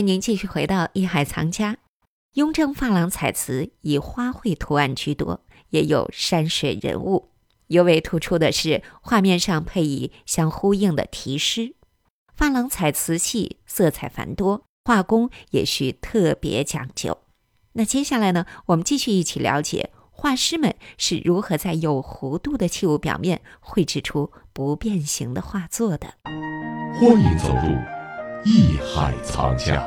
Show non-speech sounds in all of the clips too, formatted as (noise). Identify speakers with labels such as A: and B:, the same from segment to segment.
A: 您继续回到《艺海藏家》，雍正珐琅彩瓷以花卉图案居多，也有山水人物。尤为突出的是，画面上配以相呼应的题诗。珐琅彩瓷器色彩繁多，画工也需特别讲究。那接下来呢，我们继续一起了解画师们是如何在有弧度的器物表面绘制出不变形的画作的。
B: 欢迎走入艺海藏家。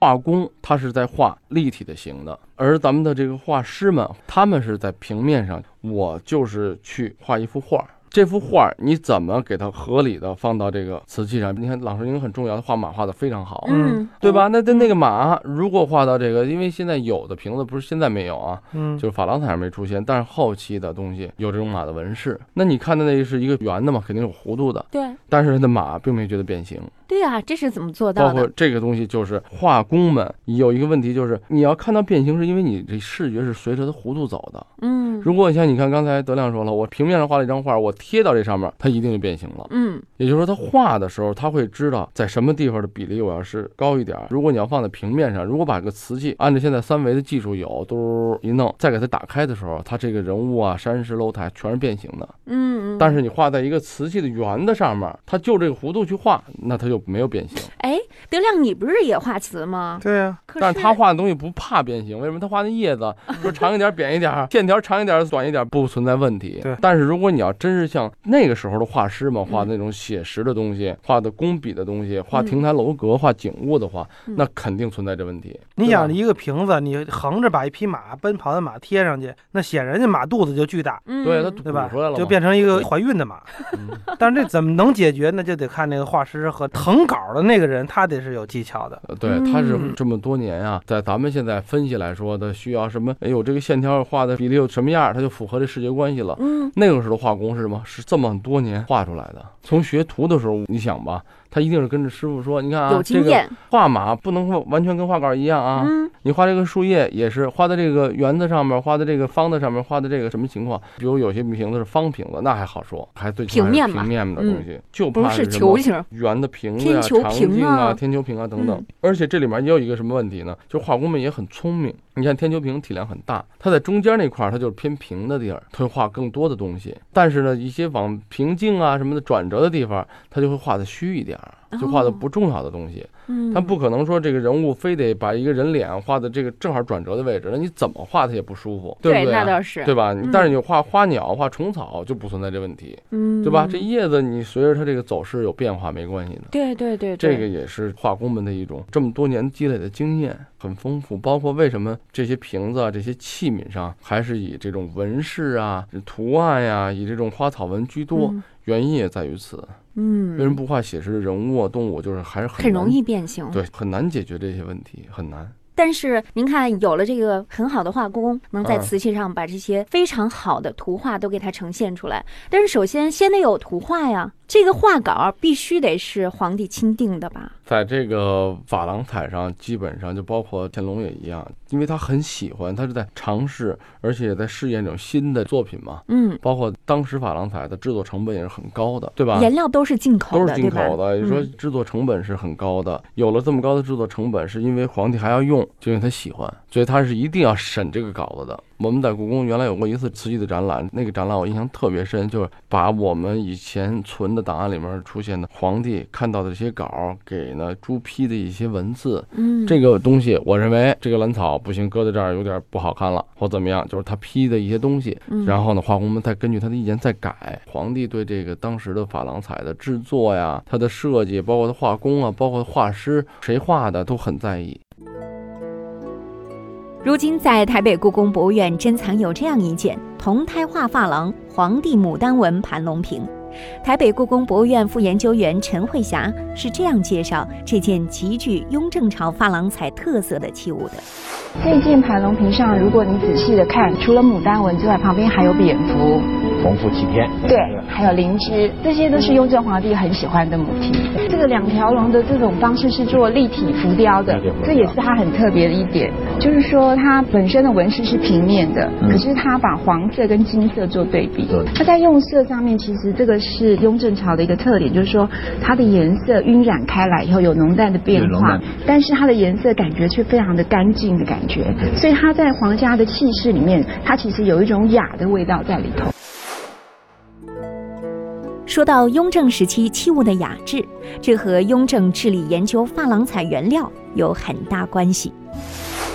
C: 画工他是在画立体的形的，而咱们的这个画师们，他们是在平面上，我就是去画一幅画。这幅画你怎么给它合理的放到这个瓷器上？你看朗诗宁很重要，他画马画的非常好，
D: 嗯，
C: 对吧？那那那个马如果画到这个，因为现在有的瓶子不是现在没有啊，
D: 嗯，
C: 就是珐琅彩上没出现，但是后期的东西有这种马的纹饰。那你看的那是一个圆的嘛，肯定有弧度的，
D: 对
C: 但是它的马并没觉得变形。
D: 对啊，这是怎么做
C: 包
D: 到
C: 括
D: 的？
C: 这个东西，就是画工们有一个问题，就是你要看到变形，是因为你这视觉是随着它弧度走的。
D: 嗯
C: 如果像你看刚才德亮说了，我平面上画了一张画，我贴到这上面，它一定就变形了。
D: 嗯
C: 也就是说，他画的时候，他会知道在什么地方的比例我要是高一点儿。如果你要放在平面上，如果把这个瓷器按照现在三维的技术有，嘟一弄，再给它打开的时候，它这个人物啊、山石楼台全是变形的。
D: 嗯，嗯
C: 但是你画在一个瓷器的圆的上面，它就这个弧度去画，那它就没有变形。
D: 哎，德亮，你不是也画瓷吗？
E: 对呀、
D: 可嗯
C: 但是他画的东西不怕变形，为什么？他画那叶子，说长一点、扁一点，线条长一点、短一点，不存在问题
E: 对。
C: 但是如果你要真是像那个时候的画师们
D: 嗯
C: 画那种写实的东西，画的工笔的东西，画亭台楼阁、画景物的话，
D: 嗯
C: 那肯定存在这问题。
E: 你
C: 对吧
E: 想一个瓶子，你横着把一匹马奔跑的马贴上去，那显然这马肚子就巨大，
D: 嗯
C: 对他
D: 嗯
C: 鼓
E: 对吧
C: 出来了嘛，
E: 就变成一个怀孕的马。
C: 嗯
E: 但是这怎么能解决呢？就得看那个画师和誊稿的那个人，他得是有技巧的。
C: 呃，对，它是
D: 嗯
C: 这么多年啊，在咱们现在分析来说的，需要什么？哎呦，这个线条画的比例有什么样儿，它就符合这视觉关系了。
D: 嗯
C: 那个时候画工是什么？是这么多年画出来的。从学徒的时候，你想吧，他一定是跟着师傅说，你看啊，
D: 有
C: 这
D: 经
C: 个
D: 验，
C: 画马不能说完全跟画稿一样啊。
D: 嗯
C: 你画这个树叶也是画在这个圆子上面，画在这个方子上面，画在这个什么情况？比如有些瓶子是方瓶子，那还好说，还最起码
D: 平面
C: 是
D: 嘛嗯
C: 平面的东西，就
D: 不
C: 怕
D: 是
C: 什么
D: 球形，
C: 圆的瓶子呀、
D: 天球
C: 长
D: 瓶
C: 镜啊、
D: 啊
C: 天球瓶啊等等。
D: 嗯
C: 而且这里面也有一个什么问题呢？就画工们也很聪明。你看天球瓶体量很大，它在中间那块儿它就是偏平的地儿，它会画更多的东西。但是呢，一些往平静啊什么的转折的地方，它就会画的虚一点儿，就画的不重要的东西。
D: 哦嗯，
C: 它不可能说这个人物非得把一个人脸画的这个正好转折的位置，那你怎么画它也不舒服，
D: 对
C: 不对
D: 那
C: 啊？
D: 倒是，
C: 对吧？你
D: 嗯
C: 但是你画花鸟、画虫草就不存在这问题。
D: 嗯，
C: 对吧？这叶子你随着它这个走势有变化没关系的，
D: 对对对，
C: 这
D: 对
C: 个也是画工们的一种这么多年积累的经验，很丰富。包括为什么这些瓶子啊、这些器皿上还是以这种纹饰啊、图案呀、以这种花草纹居多，
D: 嗯
C: 原因也在于此。为
D: 嗯，
C: 什么不画写实的人物啊、动物？就是还是很
D: 很容
C: 难
D: 易变形？
C: 对，很难解决这些问题，很难。
D: 但是您看，有了这个很好的画工，能在
C: 嗯
D: 瓷器上把这些非常好的图画都给它呈现出来。但是首先先得有图画呀，这个画稿必须得是皇帝钦定的吧？
C: 在这个珐琅彩上，基本上就包括乾隆也一样，因为他很喜欢，他是在尝试，而且也在试验这种新的作品嘛。
D: 嗯，
C: 包括当时珐琅彩的制作成本也是很高的，对吧？
D: 颜料都是进口
C: 都
D: 的，
C: 是进
D: 对吧
C: 口的，也说
D: 嗯
C: 制作成本是很高的。有了这么高的制作成本，是因为皇帝还要用，就因为他喜欢，所以他是一定要审这个稿子的。我们在故宫原来有过一次瓷器的展览，那个展览我印象特别深，就是把我们以前存的档案里面出现的皇帝看到的这些稿，给呢朱批的一些文字，
D: 嗯，
C: 这个东西，我认为这个兰草不行，搁在这儿有点不好看了，或怎么样，就是他批的一些东西。
D: 嗯
C: 然后呢，画工们再根据他的意见再改。皇帝对这个当时的珐琅彩的制作呀，它的设计，包括它画工啊，包括画师谁画的都很在意。
A: 如今，在台北故宫博物院珍藏有这样一件铜胎画珐琅皇帝牡丹纹盘龙瓶。台北故宫博物院副研究员陈慧霞是这样介绍这件极具雍正朝珐琅彩特色的器物的。
F: 这件盘龙瓶上，如果你仔细的看，除了牡丹纹之外，旁边还有蝙蝠，
G: 重复七天。
F: 对，还有灵芝，这些都是雍正皇帝很喜欢的母题。这个两条龙的这种方式是做立体浮雕的
G: 立体浮雕，
F: 这也是它很特别的一点，就是说它本身的纹饰是平面的，
G: 嗯
F: 可是它把黄色跟金色做对比
G: 对。
F: 它在用色上面，其实这个是雍正朝的一个特点，就是说它的颜色晕染开来以后有浓淡的变
G: 有浓
F: 化
G: 淡，
F: 但是它的颜色感觉却非常的干净的感觉，所以它在皇家的气势里面，它其实有一种雅的味道在里头。
D: 说到雍正时期器物的雅致，这和雍正致力研究珐琅彩原料有很大关系。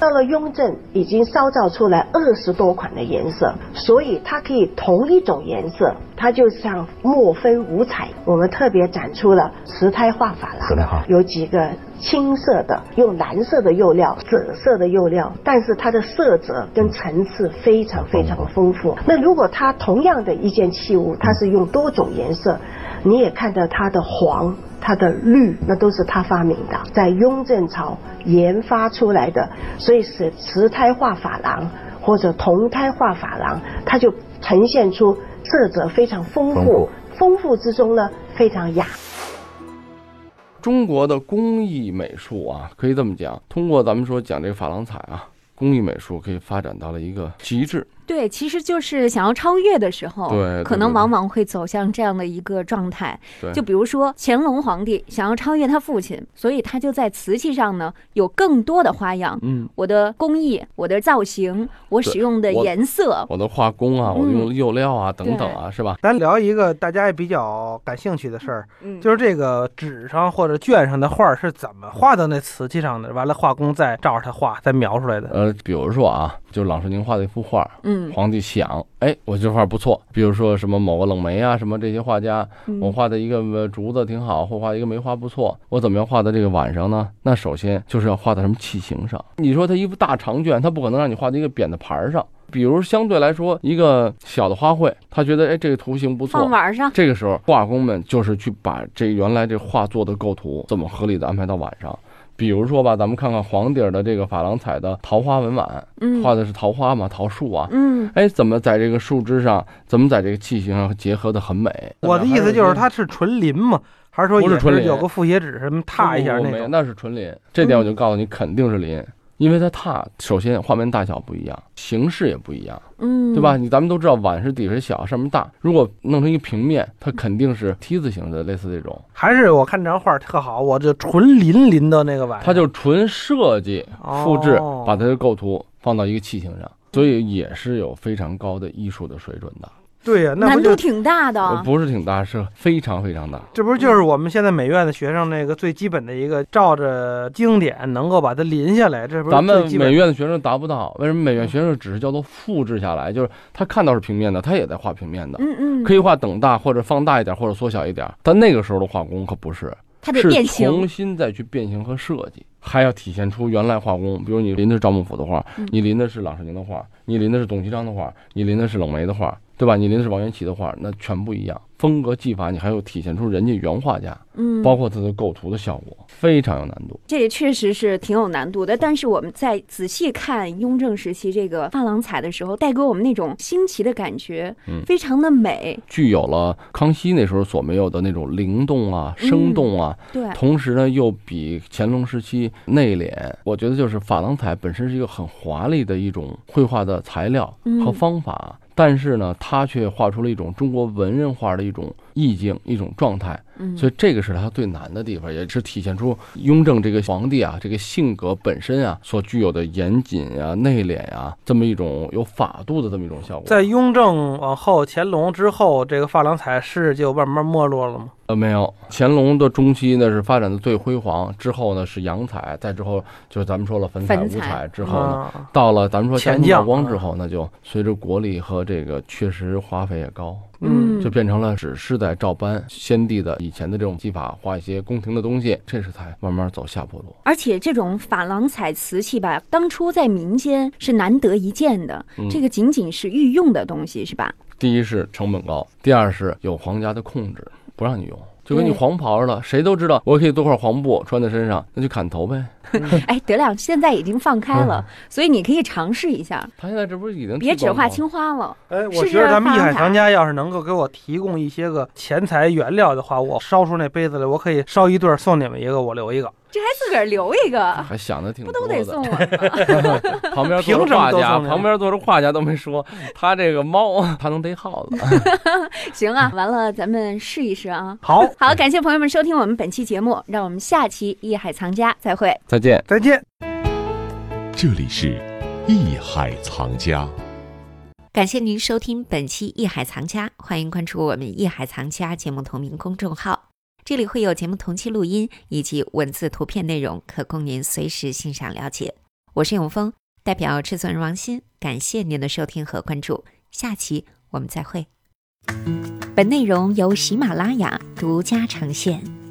H: 到了雍正，已经烧造出来二十多款的颜色，所以它可以同一种颜色，它就像墨分五彩。我们特别展出了石胎画珐
G: 石胎
H: 琅，
G: 画
H: 有几个青色的，用蓝色的釉料、赭色的釉料，但是它的色泽跟层次非常非常丰富。
G: 嗯
H: 那如果它同样的一件器物，它是用多种颜色，你也看到它的黄。它的绿，那都是他发明的，在雍正朝研发出来的，所以是瓷胎画珐琅或者铜胎画珐琅，它就呈现出色泽非常丰
G: 丰
H: 富
G: 富，
H: 丰富之中呢非常雅。
C: 中国的工艺美术啊，可以这么讲，通过咱们说讲这个珐琅彩啊，工艺美术可以发展到了一个极致。
D: 对，其实就是想要超越的时候，
C: 对对
D: 可
C: 对
D: 能
C: 对
D: 往往会走向这样的一个状态。
C: 对，
D: 就比如说乾隆皇帝想要超越他父亲，所以他就在瓷器上呢有更多的花样。
C: 嗯，
D: 我的工艺、我的造型、我使用的
C: 我
D: 颜色，
C: 我的画工啊，我
D: 嗯
C: 用的釉料啊，等等啊，是吧？
E: 咱聊一个大家也比较感兴趣的事儿，
D: 嗯，
E: 就是这个纸上或者卷上的画儿是怎么画到那瓷器上的？完了，画工再照着它画，再描出来的。
C: 呃，比如说啊，就是郎世宁画的一幅画，
D: 嗯，
C: 皇帝想，哎，我这画不错。比如说什么某个冷梅啊，什么这些画家，
D: 嗯
C: 我画的一个呃竹子挺好，或画一个梅花不错，我怎么样画到这个碗上呢？那首先就是要画到什么器型上。你说它一幅大长卷，它不可能让你画到一个扁的盘儿上。比如相对来说，一个小的花卉，他觉得哎这个图形不错
D: 放，碗儿上，
C: 这个时候，画工们就是去把这原来这画作的构图怎么合理的安排到晚上。比如说吧，咱们看看黄底儿的这个珐琅彩的桃花纹碗，
D: 嗯，
C: 画的是桃花嘛，桃树啊。
D: 嗯，
C: 哎，怎么在这个树枝上，怎么在这个器型上结合的很美？
E: 我
C: 呃
E: 的意思就是，它是纯临嘛，还是说
C: 不是
E: 也
C: 纯临
E: 有个复写纸什么踏一下
C: 不不不
E: 那
C: 哦没
E: 种？嗯
C: 那是纯林。这点我就告诉你，肯定是林，因为它拓，首先画面大小不一样，形式也不一样。
D: 嗯，
C: 对吧？？你咱们都知道碗是底是小，上面大。如果弄成一平面，它肯定是 T 字形的，类似这种，
E: 还是我看这张画儿特好，我就纯临临到那个碗上，
C: 它就纯设计复制
E: 哎哦，嗯
C: 把它的构图放到一个器型上，所以也是有非常高的艺术的水准的。
E: 对呀、那
D: 难
E: 不
D: 度
E: 就
D: 挺大的
C: 呃
D: 啊，
C: 不是挺大，是非常非常大。
E: 这不就是我们现在美院的学生那个最基本的一个，照着经典能够把它临下来，这不是
C: 咱们
E: 最基本
C: 美院的学生达不到，为什么美院学生只是叫做复制下来？就是他看到是平面的，他也在画平面的，
D: 嗯嗯，
C: 可
D: 以，
C: 以画等大或者放大一点或者缩小一点。但那个时候的画工可不是，
D: 它得
C: 是
D: 变
C: 重
D: 形，
C: 新再去变形和设计，还要体现出原来画工。比如你临的是赵孟俯的画
D: 嗯，
C: 你临的是郎世宁的画，你临的是董其昌的画，你临的是冷梅的画，对吧？你临的是王元祁的画，那全不一样。风格技法，你还有体现出人家原画家，
D: 嗯，
C: 包括他的构图的效果，非常有难度。
D: 这也确实是挺有难度的，但是我们在仔细看雍正时期这个珐琅彩的时候，带给我们那种新奇的感觉，
C: 嗯
D: 非常的美。
C: 具有了康熙那时候所没有的那种灵动啊、
D: 嗯
C: 生动啊，
D: 对，
C: 同时呢，又比乾隆时期内敛，我觉得就是珐琅彩本身是一个很华丽的一种绘画的材料和方法，但是呢，它却画出了一种中国文人画的一种意境、一种状态，
D: 嗯，
C: 所以这个是它最难的地方，也是体现出雍正这个皇帝啊，这个性格本身啊所具有的严谨啊、内敛啊这么一种有法度的这么一种效果。
E: 在雍正往后、乾隆之后，这个珐琅彩是就慢慢没落了吗？
C: 呃，没有，乾隆的中期呢是发展的最辉煌，之后呢是洋彩，再之后就是咱们说了粉彩、
D: 粉
C: 五
D: 彩嗯
C: 彩之后呢，
E: 啊，
C: 到了咱们说
E: 钱
C: 乾隆
E: 将
C: 道光
E: 啊
C: 之后，那就随着国力和这个确实花费也高，
E: 嗯，
C: 就变成了只是在照搬先帝的以前的这种技法，画一些宫廷的东西，这是才慢慢走下坡路。
D: 而且这种珐琅彩瓷器吧，当初在民间是难得一见的，
C: 嗯
D: 这个仅仅是御用的东
C: (laughs)
D: 西，是吧？
C: 第一是成本高，第二是有皇家的控制，不让你用。就跟你
D: 对
C: 黄袍似的，谁都知道我可以做块黄布穿在身上，那就砍头呗。
D: 哎，德亮现在已经放开了，
C: 嗯
D: 所以你可以尝试一下，
C: 他现在这不是已经
D: 别
C: 剃
D: 只
C: 光
D: 画
C: 头
D: 青花了。
E: 哎，
D: 是不
E: 我觉
D: 是
E: 得咱们
D: 珐
E: 艺
D: 琅
E: 海
D: 彩
E: 藏家要是能够给我提供一些个钱财原料的话，我烧出那杯子来，我可以烧一对儿送你们一个，我留一个。
D: 这还自个儿留一个，
C: 还想的挺
D: 不
C: 多
D: 都
C: 的
D: 得。送我吗？
C: (laughs) 旁边
E: 凭
C: 坐
E: 什
C: 着
E: 么
C: 画
E: 都
C: 家，
E: 送你
C: 旁边坐着画家都没说，他这个猫， (laughs) 他能逮耗子。
D: 行啊，完了咱们试一试啊。
E: 好，
C: 嗯
D: 好，感谢朋友们收听我们本期节目，让我们下期《艺海藏家》再会。
C: 再见。
E: 再见。
B: 这里是艺海藏家。
A: 感谢您收听本期《艺海藏家》，欢迎关注我们《艺海藏家》节目同名公众号，这里会有节目同期录音以及文字、图片内容，可供您随时欣赏了解。我是永峰，代表制作人王鑫，感谢您的收听和关注，下期我们再会。本内容由喜马拉雅独家呈现。